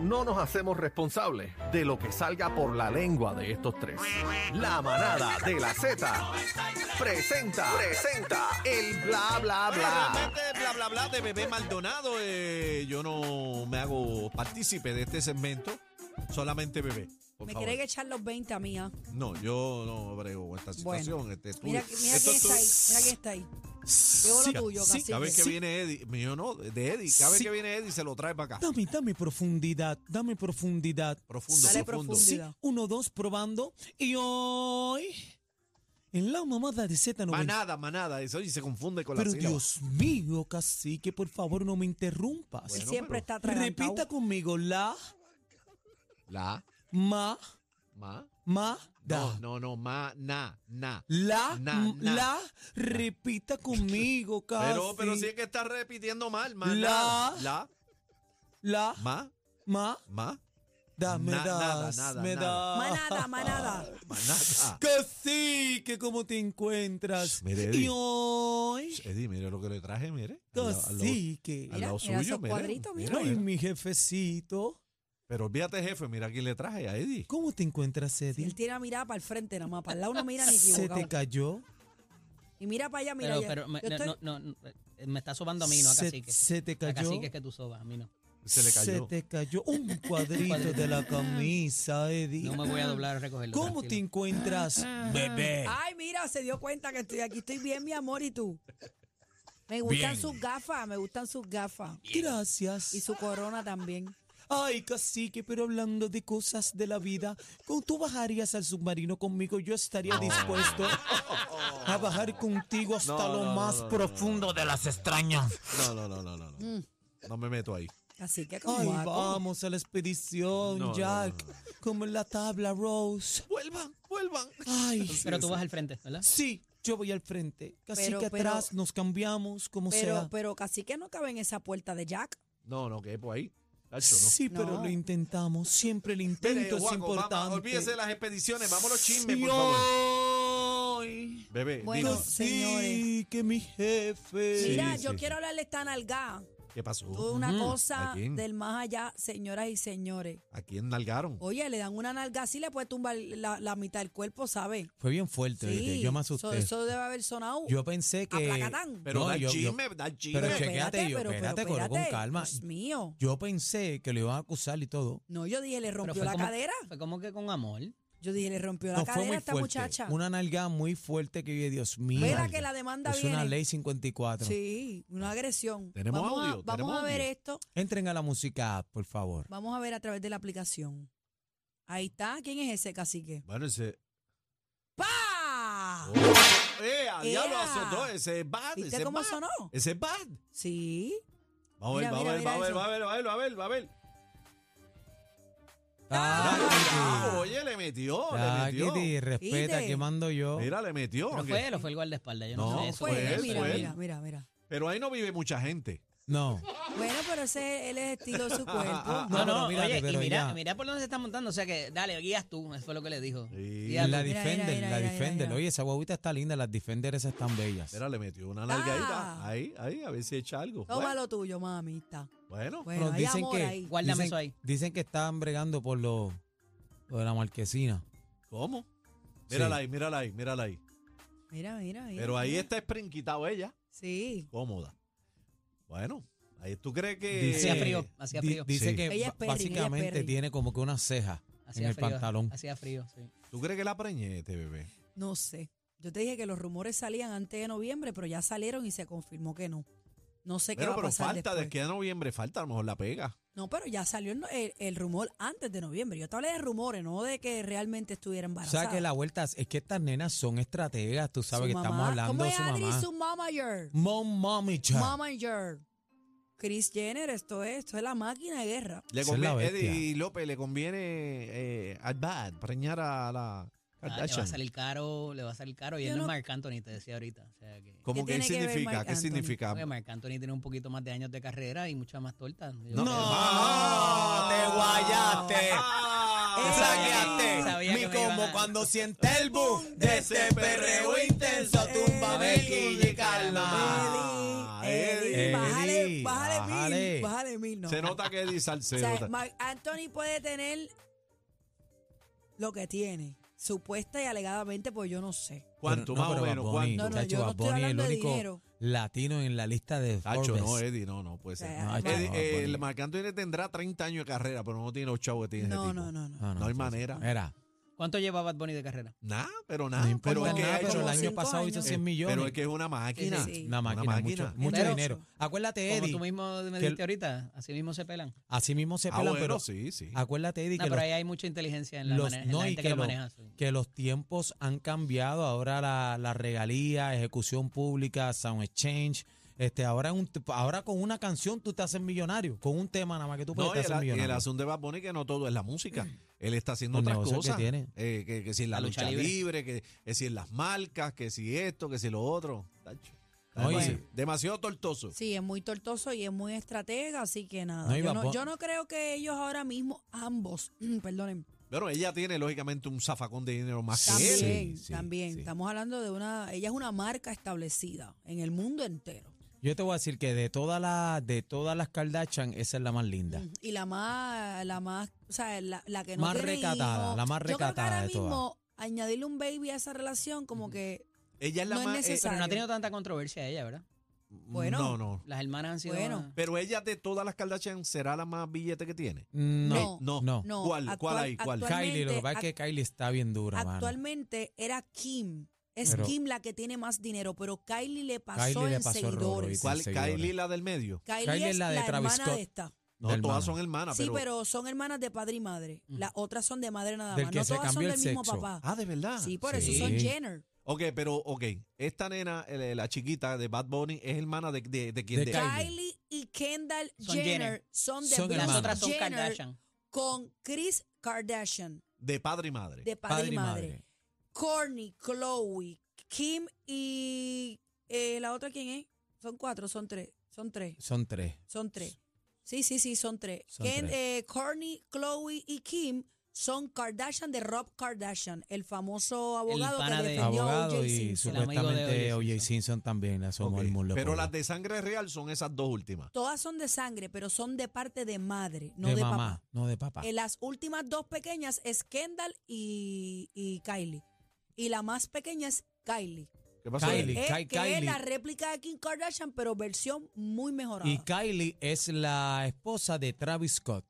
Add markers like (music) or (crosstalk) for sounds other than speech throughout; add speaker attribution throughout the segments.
Speaker 1: No nos hacemos responsables de lo que salga por la lengua de estos tres. La manada de la Z presenta, presenta el bla bla bla.
Speaker 2: Realmente, bla bla bla de bebé Maldonado. eh, yo no me hago partícipe de este segmento. Solamente bebé. Por
Speaker 3: Me
Speaker 2: favor.
Speaker 3: quieren echar los 20 a mí, ah.
Speaker 2: No, yo no brego con esta
Speaker 3: Bueno.
Speaker 2: situación. este estudio.
Speaker 3: Mira, mira
Speaker 2: Esto
Speaker 3: quién está ahí.
Speaker 2: estudio-
Speaker 3: Mira quién está ahí. Llevo
Speaker 2: Sí,
Speaker 3: lo tuyo,
Speaker 4: sí,
Speaker 3: cacique.
Speaker 2: Cada vez que
Speaker 4: Sí.
Speaker 2: viene Eddie, mío no, de Eddie. Cada vez
Speaker 4: Sí.
Speaker 2: que viene Eddie se lo trae para acá.
Speaker 4: Dame, dame profundidad, dame profundidad.
Speaker 2: Profundo,
Speaker 3: Dale
Speaker 2: profundo.
Speaker 4: Sí,
Speaker 3: Profundidad.
Speaker 4: uno, dos, probando. Y hoy, en la mamada de Z90.
Speaker 2: Manada, manada. Eso y se confunde con
Speaker 4: Pero
Speaker 2: la sílaba.
Speaker 4: Dios mío, cacique, por favor, no me interrumpas.
Speaker 3: Él
Speaker 2: Bueno,
Speaker 3: siempre
Speaker 2: pero-
Speaker 3: está atragantado.
Speaker 4: Repita conmigo, la,
Speaker 2: La,
Speaker 4: ma,
Speaker 2: ma.
Speaker 4: ma, da.
Speaker 2: No, no, no, ma, na, na.
Speaker 4: La,
Speaker 2: Na,
Speaker 4: m-
Speaker 2: na.
Speaker 4: la,
Speaker 2: (laughs)
Speaker 4: repita conmigo, cacique.
Speaker 2: Pero, pero sí es que está repitiendo mal. Ma,
Speaker 4: La.
Speaker 2: nada. la,
Speaker 4: La,
Speaker 2: ma,
Speaker 4: ma,
Speaker 2: ma.
Speaker 4: da, me
Speaker 2: Na- nada,
Speaker 4: das,
Speaker 2: nada, Ah.
Speaker 4: me
Speaker 2: nada.
Speaker 4: das.
Speaker 2: (laughs)
Speaker 3: Manada, manada.
Speaker 2: Manada.
Speaker 4: Cacique, ¿cómo te encuentras?
Speaker 2: Mire,
Speaker 4: y
Speaker 2: Eddie.
Speaker 4: hoy,
Speaker 2: Eddie, Eh, mire lo que le traje, mire. Al lado- al lado-
Speaker 4: cacique.
Speaker 2: al
Speaker 3: Mira,
Speaker 2: lado
Speaker 3: mira
Speaker 2: suyo,
Speaker 3: esos
Speaker 2: mire,
Speaker 3: cuadritos, mira.
Speaker 4: Ay,
Speaker 2: ¿eh?
Speaker 4: mi jefecito.
Speaker 2: Pero olvídate, jefe, mira quién le traje a Eddie.
Speaker 4: ¿Cómo te encuentras,
Speaker 3: Él
Speaker 4: Eddie?
Speaker 3: tiene la mirada para el frente nada más. Para el lado no mira
Speaker 2: (laughs)
Speaker 3: ni
Speaker 4: ¿Se te
Speaker 3: equivocado.
Speaker 4: cayó?
Speaker 3: Y mira para allá, mira
Speaker 5: Pero,
Speaker 3: allá.
Speaker 5: pero me,
Speaker 3: Yo estoy-
Speaker 5: no, no, no, eh, me está sobando a mí, no a
Speaker 4: se,
Speaker 5: cacique.
Speaker 4: se te
Speaker 5: A
Speaker 4: cayó.
Speaker 5: cacique es que tú sobas, a mí no.
Speaker 2: Se le
Speaker 4: Se
Speaker 2: cayó.
Speaker 4: te cayó un cuadrito de la camisa, Eddie.
Speaker 5: No me voy a doblar a recogerlo.
Speaker 4: ¿Cómo te
Speaker 5: tranquilo.
Speaker 4: encuentras, bebé?
Speaker 5: Eh.
Speaker 3: Ay, mira, se dio cuenta que estoy aquí. Estoy bien, mi amor, ¿y tú? Me gustan sus gafas, me gustan sus gafas. Y
Speaker 4: Gracias.
Speaker 3: su corona también.
Speaker 4: Ay, cacique, pero hablando de cosas de la vida, ¿cómo tú bajarías al submarino conmigo? Yo estaría dispuesto a bajar contigo hasta
Speaker 2: (laughs) No,
Speaker 4: lo
Speaker 2: no, no,
Speaker 4: más
Speaker 2: no, no,
Speaker 4: profundo de las extrañas.
Speaker 2: No, no, no, no, no.
Speaker 3: Mm.
Speaker 2: No, no me meto ahí.
Speaker 3: Así que
Speaker 4: Ay,
Speaker 3: como guaco.
Speaker 4: vamos a la expedición,
Speaker 2: No, no,
Speaker 4: Jack. Como en la tabla, Rose.
Speaker 2: Vuelvan, vuelvan.
Speaker 4: Ay,
Speaker 5: Pero tú vas al frente, ¿verdad?
Speaker 4: sí, yo voy al frente. Casi
Speaker 3: Pero-
Speaker 4: que
Speaker 3: pero-
Speaker 4: atrás nos cambiamos, como
Speaker 3: Pero,
Speaker 4: sea.
Speaker 3: pero casi que no cabe en esa puerta de Jack.
Speaker 2: No, no, que por ahí. Tacho, no.
Speaker 4: sí, pero
Speaker 3: No.
Speaker 4: lo intentamos. Siempre el intento
Speaker 2: Mire,
Speaker 4: es
Speaker 2: Juaco, vamos,
Speaker 4: importante.
Speaker 2: olvídese de las expediciones. Vamos a los chismes, por favor.
Speaker 4: Ay,
Speaker 2: Bebé,
Speaker 3: Bueno,
Speaker 2: dinos,
Speaker 4: sí,
Speaker 3: señores.
Speaker 4: que mi jefe.
Speaker 2: Sí,
Speaker 3: Mira,
Speaker 2: sí,
Speaker 3: yo
Speaker 2: sí.
Speaker 3: quiero hablarle esta nalgada.
Speaker 2: ¿qué pasó?
Speaker 3: Toda una
Speaker 5: Ujú.
Speaker 3: cosa
Speaker 2: ¿A quién?
Speaker 3: del más allá, señoras y señores.
Speaker 2: ¿A quién nalgaron?
Speaker 3: Oye, le dan una nalga así, le puede tumbar la, la mitad del cuerpo, ¿sabe?
Speaker 4: Fue bien fuerte, ¿viste?
Speaker 3: Sí,
Speaker 4: yo me
Speaker 3: eso-
Speaker 4: asusté.
Speaker 3: Eso, debe haber sonado.
Speaker 4: yo pensé que.
Speaker 3: Aplacatán.
Speaker 2: Pero
Speaker 4: No,
Speaker 2: da
Speaker 4: yo- yo-
Speaker 2: chisme, da chisme.
Speaker 4: pero chequea- chequéate, yo- espérate,
Speaker 3: pero
Speaker 4: coro, con
Speaker 3: espérate.
Speaker 4: calma.
Speaker 3: Dios mío.
Speaker 4: Yo pensé que lo iban a acusar y todo.
Speaker 3: No, yo dije, le
Speaker 5: Pero
Speaker 3: rompió
Speaker 5: fue
Speaker 3: la
Speaker 5: como-
Speaker 3: cadera.
Speaker 5: Fue como que con amor.
Speaker 3: Yo dije, le rompió la
Speaker 4: No, fue
Speaker 3: cadera
Speaker 4: muy
Speaker 3: a esta
Speaker 4: fuerte.
Speaker 3: muchacha.
Speaker 4: Una nalga muy fuerte que vive, Dios mío.
Speaker 3: Mira que la demanda
Speaker 4: es
Speaker 3: viene.
Speaker 4: una ley 54.
Speaker 3: Sí, una agresión.
Speaker 2: Tenemos
Speaker 3: vamos
Speaker 2: audio,
Speaker 3: A, vamos
Speaker 2: tenemos
Speaker 3: a ver
Speaker 2: audio.
Speaker 3: esto.
Speaker 4: Entren a la música, por favor.
Speaker 3: Vamos a ver a través de la aplicación. Ahí está. ¿Quién es ese cacique?
Speaker 2: Bueno, ese.
Speaker 3: ¡Pa!
Speaker 2: Oh. ¡Eh, a diablo
Speaker 3: Ea.
Speaker 2: azotó! Ese es bad.
Speaker 3: ¿Viste
Speaker 2: ese es
Speaker 3: cómo
Speaker 2: bad.
Speaker 3: sonó?
Speaker 2: Ese es bad.
Speaker 3: Sí.
Speaker 2: Vamos a ver,
Speaker 3: Mira,
Speaker 2: vamos a ver,
Speaker 3: mira,
Speaker 2: vamos a ver,
Speaker 3: mira
Speaker 2: vamos a ver, vamos a ver, vamos a ver, vamos a ver.
Speaker 4: Ah,
Speaker 2: Ah, oye, le metió,
Speaker 4: ah,
Speaker 2: le metió.
Speaker 4: Kitty, respeta
Speaker 3: Ite.
Speaker 4: que mando yo.
Speaker 2: Mira, le metió.
Speaker 5: Pero
Speaker 2: aunque-
Speaker 5: fue él o fue el guardaespaldas. Yo no,
Speaker 2: No,
Speaker 5: sé eso. pues.
Speaker 2: fue
Speaker 5: pero
Speaker 2: él,
Speaker 5: eso
Speaker 3: pues, mira,
Speaker 5: era
Speaker 2: fue él.
Speaker 3: mira, mira, mira.
Speaker 2: pero ahí no vive mucha gente.
Speaker 4: No.
Speaker 3: Bueno, pero ese él es estilo de su cuerpo.
Speaker 4: No,
Speaker 5: No,
Speaker 4: pero
Speaker 5: no,
Speaker 4: mírate,
Speaker 5: oye,
Speaker 4: pero
Speaker 5: y mira,
Speaker 4: ya.
Speaker 5: mira por dónde se está montando. O sea que, dale, guías tú. Eso fue lo que le dijo.
Speaker 2: Sí.
Speaker 5: Guía
Speaker 4: la
Speaker 5: tú.
Speaker 3: mira,
Speaker 4: Defender,
Speaker 3: mira,
Speaker 4: la
Speaker 3: mira,
Speaker 4: Defender.
Speaker 3: mira.
Speaker 4: Oye, esa guaguita está linda, las Defender esas están bellas.
Speaker 2: Mira, le metió una
Speaker 3: Ah.
Speaker 2: nalgadita. Ahí, ahí, a ver si echa algo.
Speaker 3: Toma lo tuyo, mamita.
Speaker 2: Bueno, bueno.
Speaker 3: Bueno,
Speaker 4: Nos
Speaker 3: hay
Speaker 4: dicen
Speaker 3: amor
Speaker 4: que-
Speaker 3: ahí.
Speaker 5: Guárdame
Speaker 4: dicen,
Speaker 5: eso ahí.
Speaker 4: Dicen que están bregando por lo, lo de la marquesina.
Speaker 2: ¿cómo? Mírala
Speaker 4: Sí.
Speaker 2: ahí, mírala ahí, mírala ahí.
Speaker 3: Mira, mira, mira.
Speaker 2: Pero ahí
Speaker 3: mira.
Speaker 2: está esprinquitado ella,
Speaker 3: Sí.
Speaker 2: cómoda. Bueno, ahí tú crees que.
Speaker 5: Hacía frío, hacía
Speaker 4: di-
Speaker 5: frío.
Speaker 4: Dice
Speaker 2: Sí.
Speaker 4: que
Speaker 3: Ella es
Speaker 4: ba-
Speaker 3: perry, ella es
Speaker 4: básicamente
Speaker 3: perry.
Speaker 4: tiene como que una ceja en
Speaker 5: Hacía
Speaker 4: el
Speaker 5: frío.
Speaker 4: pantalón.
Speaker 5: Hacía frío, sí.
Speaker 2: ¿Tú crees que la preñete, bebé?
Speaker 3: No sé. Yo te dije que los rumores salían antes de noviembre, pero ya salieron y se confirmó que no. No sé qué
Speaker 2: Pero,
Speaker 3: va a
Speaker 2: pero
Speaker 3: pasar
Speaker 2: falta, de
Speaker 3: después.
Speaker 2: que a noviembre falta, a lo mejor la pega.
Speaker 3: No, pero ya salió el, el- el rumor antes de noviembre. Yo te hablé de rumores, no de que realmente estuviera
Speaker 4: O
Speaker 3: embarazada.
Speaker 4: sea que la vuelta es es que estas nenas son estrategas, tú sabes
Speaker 3: Su
Speaker 4: que estamos
Speaker 3: mamá-
Speaker 4: hablando
Speaker 3: ¿Cómo
Speaker 4: de
Speaker 3: es
Speaker 4: su
Speaker 3: Adri,
Speaker 4: mamá.
Speaker 3: su mamager?
Speaker 4: Mom, mommy, cha.
Speaker 3: Mamager. Chris Jenner, esto es, esto es la máquina de guerra.
Speaker 2: Le
Speaker 4: Esa es la
Speaker 2: conviene,
Speaker 4: bestia.
Speaker 2: Eddie López, le conviene eh, al bad preñar a la
Speaker 5: Ah, le va a
Speaker 2: Kardashian.
Speaker 5: salir caro, le va a salir caro. Y
Speaker 3: Yo
Speaker 5: él no es
Speaker 3: no-
Speaker 5: Marc Anthony, te decía ahorita. O sea que.
Speaker 2: ¿Cómo
Speaker 3: ¿Qué
Speaker 2: que
Speaker 3: tiene que ver
Speaker 2: significa?
Speaker 3: Marc
Speaker 2: ¿Qué
Speaker 3: Anthony?
Speaker 4: Ah.
Speaker 2: significa?
Speaker 5: Porque Marc Anthony tiene un poquito más de años de carrera y muchas más tortas.
Speaker 2: No.
Speaker 4: ¡Ah! ¡Te
Speaker 3: (laughs)
Speaker 4: guayaste!
Speaker 2: Ah,
Speaker 3: Eh,
Speaker 5: sabía
Speaker 4: ¡Flaqueaste! Mi
Speaker 5: que me iban
Speaker 4: como
Speaker 5: a-
Speaker 4: cuando siente el boom de
Speaker 3: este
Speaker 4: ese perreo intenso,
Speaker 3: Eh,
Speaker 4: túmbame el guille y calma.
Speaker 2: Ah,
Speaker 3: Eddie,
Speaker 4: Eddie,
Speaker 3: Eddie, bájale,
Speaker 4: Eddie,
Speaker 3: bájale,
Speaker 4: bájale.
Speaker 3: mil, bájale mil, no.
Speaker 2: Se nota que Eddie
Speaker 3: O
Speaker 2: salsero.
Speaker 3: sea,
Speaker 2: ta-
Speaker 3: Marc Anthony puede tener lo que tiene, supuesta y alegadamente, pues yo no sé.
Speaker 2: ¿Cuánto? más o menos, ¿cuánto?
Speaker 3: No, no, yo no estoy hablando de dinero.
Speaker 4: latino en la lista de
Speaker 2: Tacho, no,
Speaker 4: Forbes.
Speaker 2: Eddie, no, no puede ser.
Speaker 3: O sea, No, Tacho,
Speaker 2: Eddie,
Speaker 4: no,
Speaker 2: eh,
Speaker 4: Bonnie.
Speaker 2: el Marc Anthony tendrá 30 años de carrera, pero no tiene los chavos que tiene ese
Speaker 3: No,
Speaker 2: tipo.
Speaker 3: no, no, no.
Speaker 4: Ah, No, no,
Speaker 2: No hay
Speaker 4: sí, sí.
Speaker 2: manera.
Speaker 4: Era.
Speaker 5: ¿Cuánto lleva Bad Bunny de carrera?
Speaker 2: Nada, pero
Speaker 4: No
Speaker 2: nada.
Speaker 4: importa
Speaker 2: pero es que
Speaker 4: nada,
Speaker 2: ha hecho eh,
Speaker 4: pero el
Speaker 3: como
Speaker 4: año
Speaker 3: cinco
Speaker 4: pasado hizo
Speaker 3: años.
Speaker 4: 100 millones.
Speaker 2: Pero es que es una máquina.
Speaker 3: Sí, sí, sí.
Speaker 4: una máquina,
Speaker 2: Una
Speaker 4: mucho-
Speaker 2: máquina.
Speaker 4: mucho,
Speaker 5: Pero-
Speaker 4: dinero. Acuérdate,
Speaker 5: Como
Speaker 4: Eddie,
Speaker 5: tú mismo me
Speaker 4: que
Speaker 5: dijiste
Speaker 4: el-
Speaker 5: ahorita, así mismo se pelan.
Speaker 4: así mismo se
Speaker 2: Ah,
Speaker 4: pelan,
Speaker 2: bueno,
Speaker 4: pero
Speaker 2: sí, sí.
Speaker 4: acuérdate, Eddie,
Speaker 5: No,
Speaker 4: que
Speaker 5: pero
Speaker 4: los
Speaker 5: ahí hay mucha inteligencia en la,
Speaker 4: los-
Speaker 5: mane- en
Speaker 4: no,
Speaker 5: la
Speaker 4: y
Speaker 5: gente
Speaker 4: que
Speaker 5: que, lo
Speaker 4: los-
Speaker 5: maneja. sí.
Speaker 4: que los tiempos han cambiado. Ahora la, la regalía, ejecución pública, sound exchange. Este, ahora, un, t- ahora con una canción tú te haces millonario. Con un tema nada más que tú puedes
Speaker 2: No, y
Speaker 4: te haces
Speaker 2: el, y el
Speaker 4: millonario.
Speaker 2: asunto de Bad Bunny que no todo es la música. Él está haciendo
Speaker 4: Los
Speaker 2: otras
Speaker 4: negocios que
Speaker 2: cosas.
Speaker 4: tiene.
Speaker 2: Eh, que, que si en la, lucha, libre, que, que si en las marcas, que si esto, que si lo otro. Tacho, está
Speaker 4: No, y-
Speaker 2: demasiado- demasiado tortoso.
Speaker 3: Sí, es muy tortoso y es muy estratega, así que nada.
Speaker 4: No, y
Speaker 3: yo,
Speaker 4: Bad
Speaker 3: no,
Speaker 4: Bunny-
Speaker 3: yo no creo que ellos ahora mismo, ambos, (clears throat) perdonen,
Speaker 2: Pero ella tiene, lógicamente, un zafacón de dinero más que él.
Speaker 3: también,
Speaker 4: Sí, sí,
Speaker 3: también.
Speaker 4: sí.
Speaker 3: Estamos hablando de una, ella es una marca establecida en el mundo entero.
Speaker 4: Yo te voy a decir que de todas las de todas las Kardashian esa es la más linda.
Speaker 3: Y la más, la más, o sea, la, la que no
Speaker 4: Más
Speaker 3: tiene
Speaker 4: recatada,
Speaker 3: hijos.
Speaker 4: la más
Speaker 3: Yo creo que ahora
Speaker 4: recatada de todas.
Speaker 3: mismo añadirle un baby a esa relación como que,
Speaker 2: Ella es la
Speaker 3: No es
Speaker 2: más. eh,
Speaker 3: necesario.
Speaker 5: Pero no ha tenido tanta controversia ella, ¿verdad?
Speaker 3: Bueno.
Speaker 2: No, no.
Speaker 5: Las hermanas han sido.
Speaker 3: Bueno.
Speaker 5: más-
Speaker 2: Pero ella de todas las Kardashian será la más billete que tiene.
Speaker 4: No,
Speaker 3: Mm. No.
Speaker 4: no.
Speaker 2: No.
Speaker 3: no.
Speaker 2: ¿Cuál? ¿Cuál hay? ¿Cuál?
Speaker 4: Kylie, lo que pasa es que
Speaker 3: actualmente-
Speaker 4: Kylie está bien dura, mano.
Speaker 3: Actualmente era Kim. Es
Speaker 4: Pero-
Speaker 3: Kim la que tiene más dinero, pero Kylie le pasó
Speaker 4: Kylie
Speaker 3: en
Speaker 4: le pasó el rolo,
Speaker 3: seguidores.
Speaker 4: ¿viste?
Speaker 2: ¿Cuál?
Speaker 4: Sí,
Speaker 2: Kylie,
Speaker 4: señores.
Speaker 2: la del medio.
Speaker 3: Kylie,
Speaker 4: Kylie
Speaker 3: es la de
Speaker 4: Travis
Speaker 3: hermana
Speaker 4: Scott.
Speaker 3: de esta.
Speaker 2: No,
Speaker 4: Del
Speaker 2: todas
Speaker 4: hermano.
Speaker 2: son hermanas,
Speaker 3: Sí,
Speaker 2: Ah, pero.
Speaker 3: pero son hermanas de padre y madre. Las otras son de madre nada más.
Speaker 4: Del que
Speaker 3: no
Speaker 4: se
Speaker 3: todas son
Speaker 4: cambió
Speaker 3: del
Speaker 4: el
Speaker 3: mismo
Speaker 4: sexo.
Speaker 3: papá.
Speaker 2: Ah, de verdad.
Speaker 3: sí, por
Speaker 4: sí.
Speaker 3: eso son Jenner.
Speaker 2: Ok, pero, ok. Esta nena, eh, la chiquita de Bad Bunny, es hermana de, de, de quién?
Speaker 4: De
Speaker 2: De-
Speaker 4: Kylie.
Speaker 3: Kylie y Kendall
Speaker 5: Son
Speaker 3: Jenner,
Speaker 5: Jenner.
Speaker 3: son de
Speaker 4: Son
Speaker 3: Bruce
Speaker 5: Las
Speaker 4: hermanas.
Speaker 5: otras son
Speaker 3: Jenner
Speaker 5: Kardashian.
Speaker 3: con Chris Kardashian
Speaker 2: de padre y madre.
Speaker 3: de padre, y madre. Courtney, Chloe, Kim y eh, la otra quién es? Son cuatro, son tres, son tres,
Speaker 4: Son tres.
Speaker 3: son tres. Sí, sí, sí, son tres.
Speaker 4: Son
Speaker 3: Ken-
Speaker 4: tres.
Speaker 3: eh, Kourtney, Chloe y Kim son Kardashian de Rob Kardashian, el famoso abogado que
Speaker 5: pana de-
Speaker 3: defendió a
Speaker 4: Abogado
Speaker 3: O.J.
Speaker 4: y
Speaker 3: Simpson.
Speaker 5: El amigo de
Speaker 4: supuestamente
Speaker 5: O.J.
Speaker 4: O.J.
Speaker 5: Simpson.
Speaker 4: Simpson también le asomó
Speaker 2: Ok,
Speaker 4: el muslo.
Speaker 2: Pero
Speaker 4: por-
Speaker 2: las de sangre real son esas dos últimas.
Speaker 3: Todas son de sangre, pero son de parte de madre, no
Speaker 4: de,
Speaker 3: de,
Speaker 4: mamá,
Speaker 3: papá.
Speaker 4: no de papá.
Speaker 3: Eh, las últimas dos pequeñas es Kendall y, y Kylie. Y la más pequeña es Kylie.
Speaker 2: ¿Qué pasó?
Speaker 4: Kylie.
Speaker 3: que es-
Speaker 4: Ky-
Speaker 3: que es
Speaker 4: Kylie.
Speaker 3: la réplica de Kim Kardashian, pero versión muy mejorada.
Speaker 4: Y Kylie es la esposa de Travis Scott.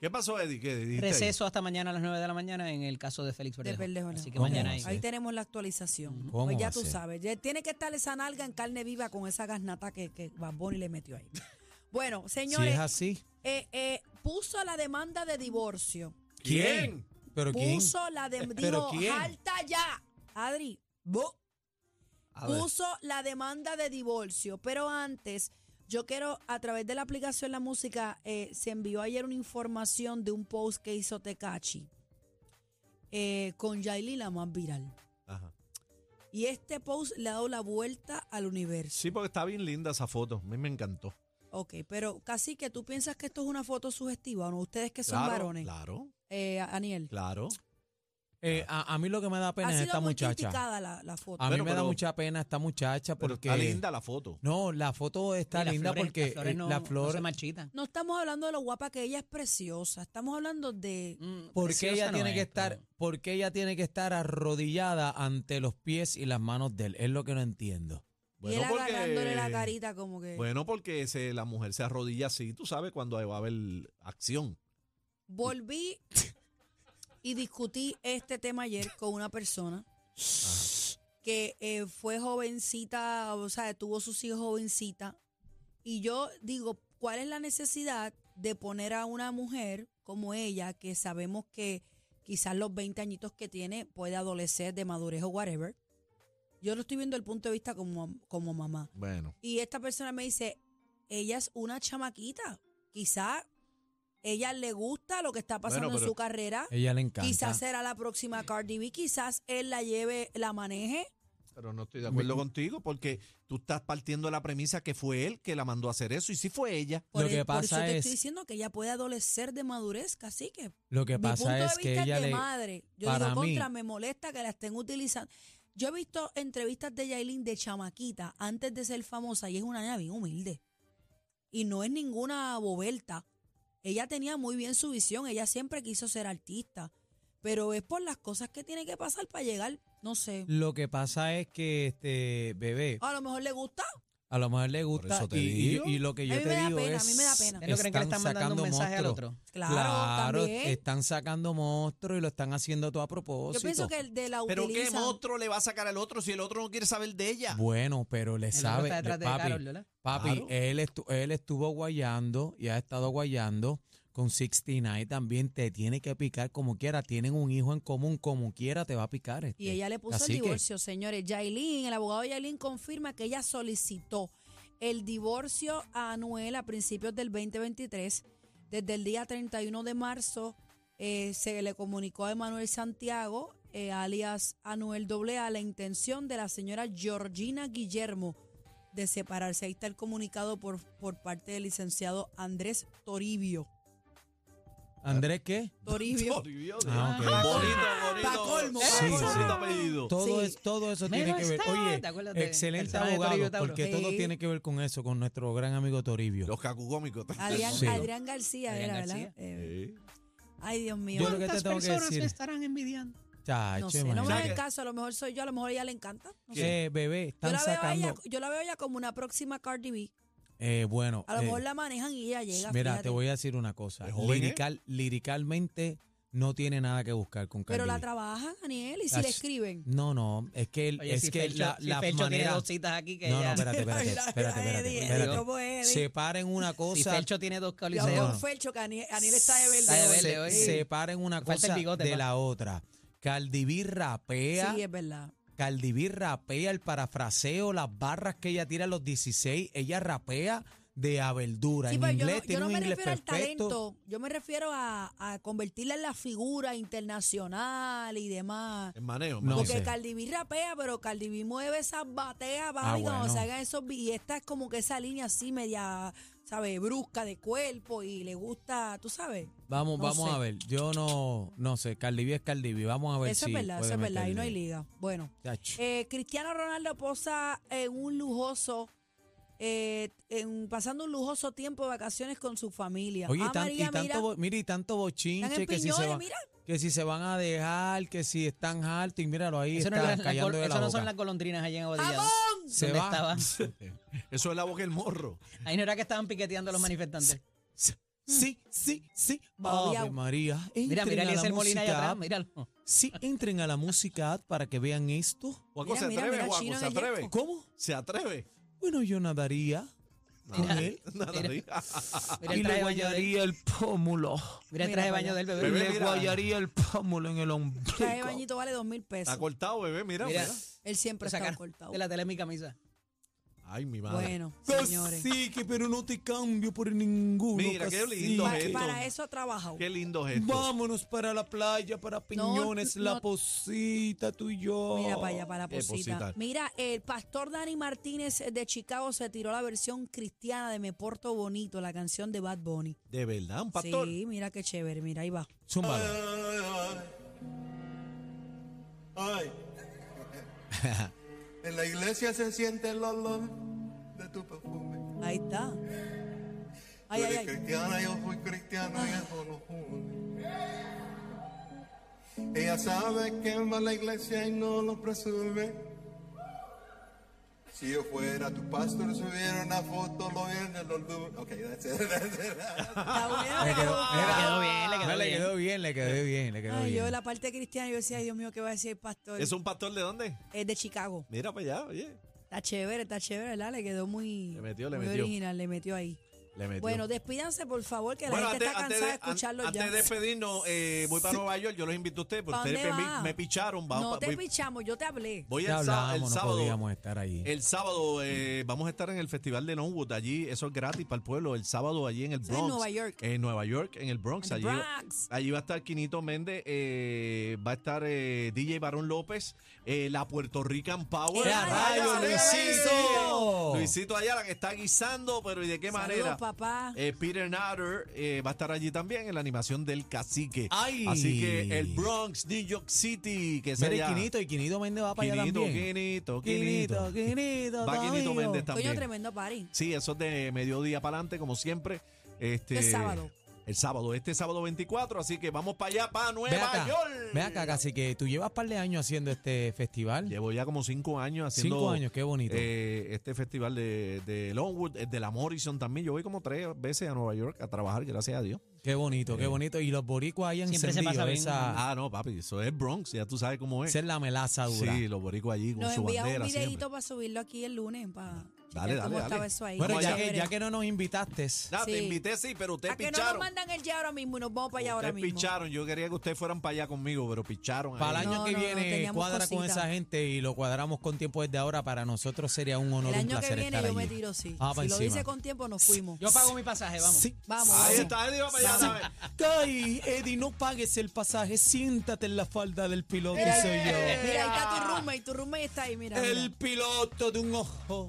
Speaker 2: ¿Qué pasó, Eddie? ¿Qué dijiste ahí?
Speaker 5: Receso hasta mañana a las 9 de la mañana en el caso de Félix
Speaker 3: de
Speaker 5: Verdejo.
Speaker 3: Verdejo, no.
Speaker 5: Así que
Speaker 4: ¿Cómo
Speaker 5: mañana
Speaker 4: va a
Speaker 5: hay.
Speaker 4: ser?
Speaker 3: Ahí tenemos la actualización.
Speaker 4: ¿Cómo
Speaker 3: Pues
Speaker 4: va a
Speaker 3: ya tú
Speaker 4: ser?
Speaker 3: sabes. ya tiene que estar esa nalga en carne viva con esa gasnata que, que Bad Bunny le metió ahí. (laughs) Bueno,
Speaker 4: si
Speaker 3: señores,
Speaker 4: es así.
Speaker 3: eh, eh, puso la demanda de divorcio.
Speaker 2: ¿Quién?
Speaker 4: ¿Pero quién?
Speaker 3: Puso la demanda.
Speaker 4: ¿Pero
Speaker 3: Dijo,
Speaker 4: quién?
Speaker 3: ¡alta ya! Adri, bu-
Speaker 2: A ver.
Speaker 3: puso la demanda de divorcio. Pero antes, yo quiero, a través de la aplicación La Música, eh, se envió ayer una información de un post que hizo Tecachi eh, con Yailin, la más viral.
Speaker 2: Ajá.
Speaker 3: Y este post le ha dado la vuelta al universo.
Speaker 2: Sí, porque está bien linda esa foto. A mí me encantó.
Speaker 3: Ok, pero casi que tú piensas que esto es una foto sugestiva, ¿o ¿no? Ustedes que son
Speaker 2: claro,
Speaker 3: varones,
Speaker 2: Claro,
Speaker 3: eh, Aniel.
Speaker 2: claro.
Speaker 4: Eh, a, a mí lo que me da
Speaker 3: Ha
Speaker 4: pena es
Speaker 3: sido
Speaker 4: esta
Speaker 3: muy
Speaker 4: muchacha.
Speaker 3: criticada la, la foto.
Speaker 4: A mí
Speaker 2: Bueno,
Speaker 4: me da
Speaker 2: pero-
Speaker 4: mucha pena esta muchacha
Speaker 2: Pero
Speaker 4: porque...
Speaker 2: está linda la foto.
Speaker 4: No, la foto está
Speaker 5: Y las
Speaker 4: linda
Speaker 5: flores-
Speaker 4: porque
Speaker 5: las flores
Speaker 4: eh,
Speaker 5: no,
Speaker 4: la
Speaker 5: no
Speaker 4: flor...
Speaker 5: se marchitan.
Speaker 3: No estamos hablando de lo guapa que ella es preciosa, estamos hablando de...
Speaker 5: Mm,
Speaker 4: ¿Por qué
Speaker 5: preciosa
Speaker 4: ella
Speaker 5: no
Speaker 4: tiene
Speaker 5: es,
Speaker 4: que estar,
Speaker 5: pero-
Speaker 4: por qué ella tiene que estar arrodillada ante los pies y las manos de él? Es lo que no entiendo.
Speaker 3: y él agarrándole la carita como que...
Speaker 2: Bueno, porque se- la mujer se arrodilla así, tú sabes, cuando va a haber acción.
Speaker 3: Volví y discutí este tema ayer con una persona que eh, fue jovencita, o sea, tuvo sus hijos jovencita. Y yo digo, ¿cuál es la necesidad de poner a una mujer como ella, que sabemos que quizás los 20 añitos que tiene puede adolecer de madurez o whatever? Yo lo estoy viendo desde el punto de vista como, como mamá.
Speaker 2: Bueno.
Speaker 3: Y esta persona me dice, ella es una chamaquita. Quizá ella le gusta lo que está pasando
Speaker 2: Bueno,
Speaker 3: en
Speaker 2: pero
Speaker 3: su carrera.
Speaker 4: Ella le encanta.
Speaker 3: Quizás será la próxima Cardi B, quizás él la lleve, la maneje.
Speaker 2: Pero no estoy de acuerdo contigo porque tú estás partiendo de la premisa que fue él que la mandó a hacer eso y sí fue ella.
Speaker 3: Por,
Speaker 4: Lo
Speaker 3: el-
Speaker 4: que
Speaker 3: por
Speaker 4: pasa
Speaker 3: eso te
Speaker 4: es-
Speaker 3: estoy diciendo que ella puede adolecer de madurez, casi que
Speaker 4: Lo que
Speaker 3: mi punto
Speaker 4: pasa
Speaker 3: de
Speaker 4: es
Speaker 3: vista
Speaker 4: que
Speaker 3: es
Speaker 4: ella
Speaker 3: de
Speaker 4: le.
Speaker 3: madre. Yo
Speaker 4: para
Speaker 3: digo
Speaker 4: mí-
Speaker 3: contra, me molesta que la estén utilizando. Yo he visto entrevistas de Yailin de chamaquita antes de ser famosa y es una niña bien humilde. Y no es ninguna boberta. Ella tenía muy bien su visión, ella siempre quiso ser artista. Pero es por las cosas que tiene que pasar para llegar, no sé.
Speaker 4: Lo que pasa es que este bebé
Speaker 3: A lo mejor le gusta.
Speaker 4: a lo mejor le gusta
Speaker 2: eso te
Speaker 4: y, y-
Speaker 2: digo.
Speaker 4: y lo que yo
Speaker 3: A mí
Speaker 4: te
Speaker 3: me da
Speaker 4: digo
Speaker 3: pena,
Speaker 4: es
Speaker 3: a mí me da pena.
Speaker 5: ¿Ustedes no creen que le están mandando un mensaje al
Speaker 4: monstruos.
Speaker 5: otro?
Speaker 3: Claro, también.
Speaker 4: están sacando monstruos y lo están haciendo todo a propósito.
Speaker 3: Yo pienso que el de la
Speaker 2: Pero ¿qué
Speaker 3: utilizan.
Speaker 2: monstruo le va a sacar al otro si el otro no quiere saber de ella?
Speaker 4: Bueno, pero le
Speaker 5: El otro
Speaker 4: sabe.
Speaker 5: está detrás
Speaker 4: le-
Speaker 5: de
Speaker 4: papi,
Speaker 5: Carol, ¿verdad?
Speaker 4: papi
Speaker 2: Claro.
Speaker 4: él, estu- él estuvo guayando y ha estado guayando con 69 también. Te tiene que picar como quiera. Tienen un hijo en común, como quiera te va a picar. este.
Speaker 3: Y ella le puso
Speaker 4: Así
Speaker 3: el
Speaker 4: que-
Speaker 3: divorcio, señores. Yailin, el abogado Yailin confirma que ella solicitó el divorcio a Anuel a principios del 2023. Desde el día 31 de marzo eh, se le comunicó a Emanuel Santiago, eh, alias Anuel AA, la intención de la señora Georgina Guillermo de separarse. Ahí está el comunicado por, por parte del licenciado Andrés
Speaker 5: (laughs)
Speaker 3: Toribio.
Speaker 4: ¿Andrés qué?
Speaker 3: Toribio.
Speaker 2: Toribio,
Speaker 4: Ah,
Speaker 2: Dios.
Speaker 4: ok.
Speaker 2: Bonito,
Speaker 3: Pa'
Speaker 2: bonito.
Speaker 3: colmo,
Speaker 2: Sí,
Speaker 4: pa'
Speaker 2: bonito
Speaker 4: colmo.
Speaker 2: apellido.
Speaker 4: Todo,
Speaker 3: Sí.
Speaker 4: es, todo eso
Speaker 5: Menos
Speaker 4: tiene que ver.
Speaker 5: está,
Speaker 4: Oye,
Speaker 5: ¿te acuerdas de-
Speaker 4: excelente
Speaker 5: personaje de Toribio
Speaker 4: abogado,
Speaker 5: Tauro?
Speaker 4: porque todo
Speaker 3: Sí.
Speaker 4: tiene que ver con eso, con nuestro gran amigo Toribio.
Speaker 2: Los cacugómicos.
Speaker 3: Adrián,
Speaker 4: Sí.
Speaker 3: Adrián García
Speaker 5: Adrián
Speaker 3: era,
Speaker 5: García.
Speaker 3: ¿verdad? Eh, ay, Dios mío.
Speaker 4: Yo lo que te tengo que decir.
Speaker 5: estarán envidiando?
Speaker 4: Chacho,
Speaker 3: No sé, no me
Speaker 4: imagínate.
Speaker 3: hagan caso, a lo mejor soy yo, a lo mejor a ella le encanta. no sé.
Speaker 4: Eh, bebé,
Speaker 3: Yo
Speaker 4: están
Speaker 3: la, veo a ella,
Speaker 4: sacando.
Speaker 3: yo la veo a ella como una próxima Cardi B.
Speaker 4: Eh, bueno,
Speaker 3: A lo
Speaker 4: eh,
Speaker 3: mejor la manejan y ella llega.
Speaker 4: mira,
Speaker 3: fíjate.
Speaker 4: te voy a decir una cosa.
Speaker 2: Es joven, ¿eh?
Speaker 4: Lirical, Liricalmente no tiene nada que buscar con Cardi
Speaker 3: Pero la
Speaker 4: B.
Speaker 3: trabajan, Daniel, y si
Speaker 4: Ach,
Speaker 3: le escriben.
Speaker 4: No, no, es que, el-
Speaker 5: Oye,
Speaker 4: es
Speaker 5: si
Speaker 4: que
Speaker 5: Felcho,
Speaker 4: la,
Speaker 5: si
Speaker 4: la
Speaker 5: Felcho tiene
Speaker 4: manera.
Speaker 5: dos citas aquí que
Speaker 4: no, no,
Speaker 5: ya...
Speaker 3: (laughs)
Speaker 4: espérate, espérate,
Speaker 3: Mira,
Speaker 4: espérate,
Speaker 3: mira,
Speaker 4: espérate,
Speaker 3: Eddie,
Speaker 4: espérate.
Speaker 3: ¿cómo es, Eddie?
Speaker 4: Separen una
Speaker 5: Si
Speaker 4: cosa,
Speaker 5: Felcho tiene dos
Speaker 3: Yo hago
Speaker 4: no,
Speaker 5: coliseos.
Speaker 4: no.
Speaker 3: con Felcho, que Aniel, Aniel está de verde.
Speaker 5: Está de
Speaker 3: hoy.
Speaker 5: verde hoy.
Speaker 3: Sí.
Speaker 4: separen una
Speaker 5: Falta el
Speaker 4: cosa
Speaker 5: bigote,
Speaker 4: de
Speaker 5: pa.
Speaker 4: la otra. Cardi B rapea,
Speaker 3: Sí, es verdad.
Speaker 4: Cardi B rapea el parafraseo, las barras que ella tira a los 16, ella rapea de a verdura.
Speaker 3: Sí,
Speaker 4: en
Speaker 3: pero yo
Speaker 4: inglés
Speaker 3: no, yo
Speaker 4: tiene
Speaker 3: no
Speaker 4: un
Speaker 3: me
Speaker 4: inglés
Speaker 3: refiero al
Speaker 4: perfecto.
Speaker 3: talento, yo me refiero a, a convertirla en la figura internacional y demás.
Speaker 2: En maneo, en
Speaker 4: No
Speaker 2: maneo.
Speaker 3: Porque
Speaker 4: sé. Ah,
Speaker 3: Cardi B rapea, pero Cardi B mueve esas bateas, papi,
Speaker 4: bueno.
Speaker 3: cuando se hagan esos... vi- Y esta es como que esa línea así media, ¿sabes? Brusca de cuerpo y le gusta, tú sabes.
Speaker 4: Vamos,
Speaker 3: No
Speaker 4: vamos
Speaker 3: sé.
Speaker 4: a ver. Yo no, no sé. Cardi B es Cardi B. Vamos a ver
Speaker 3: eso
Speaker 4: si
Speaker 3: es verdad, eso
Speaker 4: Pues puede
Speaker 3: es verdad. Ahí no hay
Speaker 4: meterle.
Speaker 3: liga. Bueno,
Speaker 4: Chacho.
Speaker 3: eh, Cristiano Ronaldo posa en un lujoso... eh, en- pasando un lujoso tiempo de vacaciones con su familia.
Speaker 4: Oye, y,
Speaker 3: Ah,
Speaker 4: tan- y
Speaker 3: María,
Speaker 4: tanto,
Speaker 3: mira,
Speaker 4: bo- mira, y tanto
Speaker 3: están
Speaker 4: bochinche
Speaker 3: en
Speaker 4: que si, se
Speaker 3: piñones,
Speaker 4: van,
Speaker 3: mira.
Speaker 4: que si se van a dejar, que si están altos. Y míralo ahí,
Speaker 5: Eso no,
Speaker 4: está
Speaker 5: es la- la
Speaker 4: callando
Speaker 5: col-
Speaker 4: de
Speaker 5: eso
Speaker 4: la
Speaker 5: no
Speaker 4: boca.
Speaker 5: son las golondrinas allá en Aguadilla.
Speaker 3: ¡Jamón!
Speaker 4: Se
Speaker 5: ¿Dónde
Speaker 4: va. (laughs)
Speaker 5: estaba?
Speaker 2: Eso es la boca del morro.
Speaker 5: Ahí no era que estaban piqueteando a los manifestantes.
Speaker 4: Sí, sí, sí.
Speaker 3: Había-
Speaker 4: Ave María.
Speaker 5: Mira,
Speaker 4: entren
Speaker 5: mira
Speaker 4: a la
Speaker 5: el Molina allá
Speaker 4: música
Speaker 5: atrás,
Speaker 4: app.
Speaker 5: míralo.
Speaker 4: Sí, entren a la música app para que vean esto.
Speaker 2: Juaco
Speaker 3: Mira,
Speaker 2: se
Speaker 3: mira,
Speaker 2: atreve,
Speaker 3: mira,
Speaker 2: Juaco,
Speaker 3: Chino
Speaker 2: se
Speaker 3: en el
Speaker 2: atreve.
Speaker 4: ¿Cómo?
Speaker 2: Se atreve.
Speaker 4: Bueno, yo nadaría. Con
Speaker 2: Nada,
Speaker 4: él.
Speaker 2: nada,
Speaker 5: Mira.
Speaker 2: diga.
Speaker 5: Mira
Speaker 4: y le
Speaker 5: el traje de baño del,
Speaker 4: guayaría el pómulo.
Speaker 5: mira el
Speaker 3: Mira
Speaker 5: traje de
Speaker 3: para
Speaker 5: baño
Speaker 3: allá.
Speaker 5: del bebé.
Speaker 2: Bebé,
Speaker 4: Le
Speaker 2: mira.
Speaker 4: guayaría el pómulo en el
Speaker 3: Trae
Speaker 4: ombligo.
Speaker 3: bañito vale dos mil
Speaker 2: Está
Speaker 3: pesos.
Speaker 2: cortado, bebé, mira, mira.
Speaker 5: Mira,
Speaker 3: Él siempre
Speaker 5: lo
Speaker 3: está
Speaker 5: sacaron
Speaker 3: cortado.
Speaker 5: de la tele mi camisa.
Speaker 2: Ay, mi madre.
Speaker 3: Bueno, señores.
Speaker 4: Cacique, Pues pero no te cambio por ninguno.
Speaker 2: Mira, qué lindo
Speaker 3: Pa-
Speaker 4: cacique.
Speaker 2: esto.
Speaker 3: para eso ha trabajado.
Speaker 2: Qué lindo es esto.
Speaker 4: Vámonos para la playa, para Piñones,
Speaker 3: no.
Speaker 4: la posita, tú y yo.
Speaker 3: Mira para allá, para la
Speaker 2: Qué
Speaker 3: posita.
Speaker 2: posita.
Speaker 3: Mira, el pastor Dani Martínez de Chicago se tiró la versión cristiana de Me Porto Bonito, la canción de Bad Bunny.
Speaker 2: De verdad, un pastor.
Speaker 3: Sí, mira qué chévere, mira, ahí va.
Speaker 4: Zúmbalo.
Speaker 2: Ah,
Speaker 6: Ay. en la iglesia se siente el olor de tu perfume.
Speaker 3: Ahí está. Ay, ay,
Speaker 6: Tú eres
Speaker 3: ay.
Speaker 6: cristiana, yo fui cristiano y eso nos une. Ella sabe que va a la iglesia y no lo presume. Si yo fuera tu pastor, subiera una foto, lo viernes, los lunes. Ok, that's it, that's it.
Speaker 3: Está bueno,
Speaker 4: Le quedó,
Speaker 3: pero-
Speaker 4: mira,
Speaker 5: quedó bien, le quedó
Speaker 4: no,
Speaker 5: bien.
Speaker 4: le
Speaker 2: Eh.
Speaker 4: quedó bien, le quedó
Speaker 3: Ay,
Speaker 4: bien.
Speaker 3: yo la parte cristiana, yo decía, ay, Dios mío, ¿qué va a decir el pastor?
Speaker 2: ¿Es un pastor de dónde?
Speaker 3: Es de Chicago.
Speaker 2: Mira para allá, oye.
Speaker 3: Está chévere, está chévere, ¿verdad? Le quedó muy,
Speaker 2: Le metió, le
Speaker 3: muy
Speaker 2: metió.
Speaker 3: original, le metió ahí.
Speaker 2: Le metió.
Speaker 3: Bueno, despídanse, por favor, que la
Speaker 2: Bueno,
Speaker 3: gente está cansada de
Speaker 2: an-
Speaker 3: escucharlos
Speaker 2: antes
Speaker 3: ya.
Speaker 2: de despedirnos, eh, voy para Nueva York, yo los invito a ustedes, porque
Speaker 3: ¿Pa'
Speaker 2: ustedes
Speaker 3: dónde
Speaker 2: me,
Speaker 3: va?
Speaker 2: me picharon. vamos
Speaker 3: No
Speaker 2: pa-
Speaker 3: te
Speaker 2: voy,
Speaker 3: pichamos, yo te hablé.
Speaker 2: voy el,
Speaker 4: Ya
Speaker 2: sa-
Speaker 4: hablábamos,
Speaker 2: el
Speaker 4: no
Speaker 2: sábado.
Speaker 4: podíamos estar ahí.
Speaker 2: El sábado eh, vamos a estar en el Festival de Longwood, allí, eso es gratis para el pueblo, el sábado allí en el
Speaker 3: Eso es en
Speaker 2: Bronx.
Speaker 3: Nueva York.
Speaker 2: En Nueva York, en el Bronx.
Speaker 3: En
Speaker 2: allí,
Speaker 3: the Bronx.
Speaker 2: allí va a estar Quinito Méndez, eh, va a estar eh, DJ Barón López, eh, la Puerto Rican Power.
Speaker 3: ¡Ea, rayos,
Speaker 2: Luisito!
Speaker 4: Luisito!
Speaker 2: Luisito Ayala que está guisando, pero ¿y de qué
Speaker 3: Saludos,
Speaker 2: manera?
Speaker 3: papá.
Speaker 2: Eh, Peter Natter eh, va a estar allí también en la animación del cacique.
Speaker 4: ¡Ay!
Speaker 2: Así que el Bronx, New York City, que sea
Speaker 4: Mira,
Speaker 2: allá.
Speaker 4: y Quinito, y Quinito Méndez va para allá
Speaker 2: Quinito,
Speaker 4: también.
Speaker 2: Quinito, Quinito.
Speaker 4: Quinito, Quinito,
Speaker 2: Va Quinito
Speaker 4: conmigo.
Speaker 2: Méndez
Speaker 3: Coño,
Speaker 2: también.
Speaker 3: tremendo party.
Speaker 2: Sí, eso es de mediodía para adelante, como siempre. Este,
Speaker 3: Es sábado.
Speaker 2: El sábado, este sábado 24, así que vamos para allá, para
Speaker 4: Ve
Speaker 2: Nueva
Speaker 4: acá,
Speaker 2: York.
Speaker 4: ve acá, casi que tú llevas par de años haciendo este festival.
Speaker 2: Llevo ya como cinco años haciendo.
Speaker 4: Cinco años, qué bonito.
Speaker 2: eh, este festival de, de Longwood, el de la Morrison también. Yo voy como tres veces a Nueva York a trabajar, gracias a Dios.
Speaker 4: Qué bonito, qué bonito. Y los boricuas ahí
Speaker 5: Siempre se
Speaker 4: encendidos,
Speaker 5: pasa bien.
Speaker 4: esa,
Speaker 2: eh, Ah, no, papi, eso es Bronx, ya tú sabes cómo es.
Speaker 4: esa es la melaza dura.
Speaker 2: Sí, los boricuas allí con
Speaker 3: Nos
Speaker 2: su
Speaker 3: envías un
Speaker 2: bandera. siempre.
Speaker 3: videito para subirlo aquí el lunes. Para
Speaker 2: Dale, dale,
Speaker 3: cómo
Speaker 2: dale.
Speaker 3: estaba eso ahí.
Speaker 4: bueno,
Speaker 2: Vamos
Speaker 4: ya
Speaker 2: allá.
Speaker 4: que, ya que no nos invitaste,
Speaker 2: Nada, te
Speaker 3: Sí.
Speaker 2: invité, sí, pero ustedes
Speaker 3: A que no nos
Speaker 2: picharon.
Speaker 3: mandan el ya ahora mismo y nos vamos para allá ahora
Speaker 2: ustedes
Speaker 3: mismo.
Speaker 2: picharon. Yo quería que ustedes fueran para allá conmigo, pero picharon.
Speaker 4: para
Speaker 2: ahí.
Speaker 4: el año
Speaker 3: No,
Speaker 4: que
Speaker 3: no, no,
Speaker 4: viene
Speaker 3: teníamos
Speaker 4: cuadra con
Speaker 3: cositas.
Speaker 4: esa gente y lo cuadramos con tiempo desde ahora, para nosotros sería un honor,
Speaker 3: El
Speaker 4: un
Speaker 3: año que
Speaker 4: placer
Speaker 3: viene
Speaker 4: estar
Speaker 3: yo me
Speaker 4: allí.
Speaker 3: tiro, sí.
Speaker 4: Ah,
Speaker 3: si
Speaker 4: pa'
Speaker 3: lo
Speaker 4: encima.
Speaker 3: hice con tiempo, nos fuimos.
Speaker 5: Yo pago mi pasaje, vamos.
Speaker 4: Sí.
Speaker 3: Vamos.
Speaker 2: Ahí
Speaker 3: vamos.
Speaker 2: está, Eddie, va para allá.
Speaker 3: Sí.
Speaker 2: ¿sabes?
Speaker 4: Ay, Eddie, no pagues el pasaje, siéntate en la falda del piloto, soy yo.
Speaker 3: Mira, ahí está
Speaker 4: (laughs)
Speaker 3: tu roommate, tu roommate está ahí, mira. mira.
Speaker 4: El piloto de un ojo.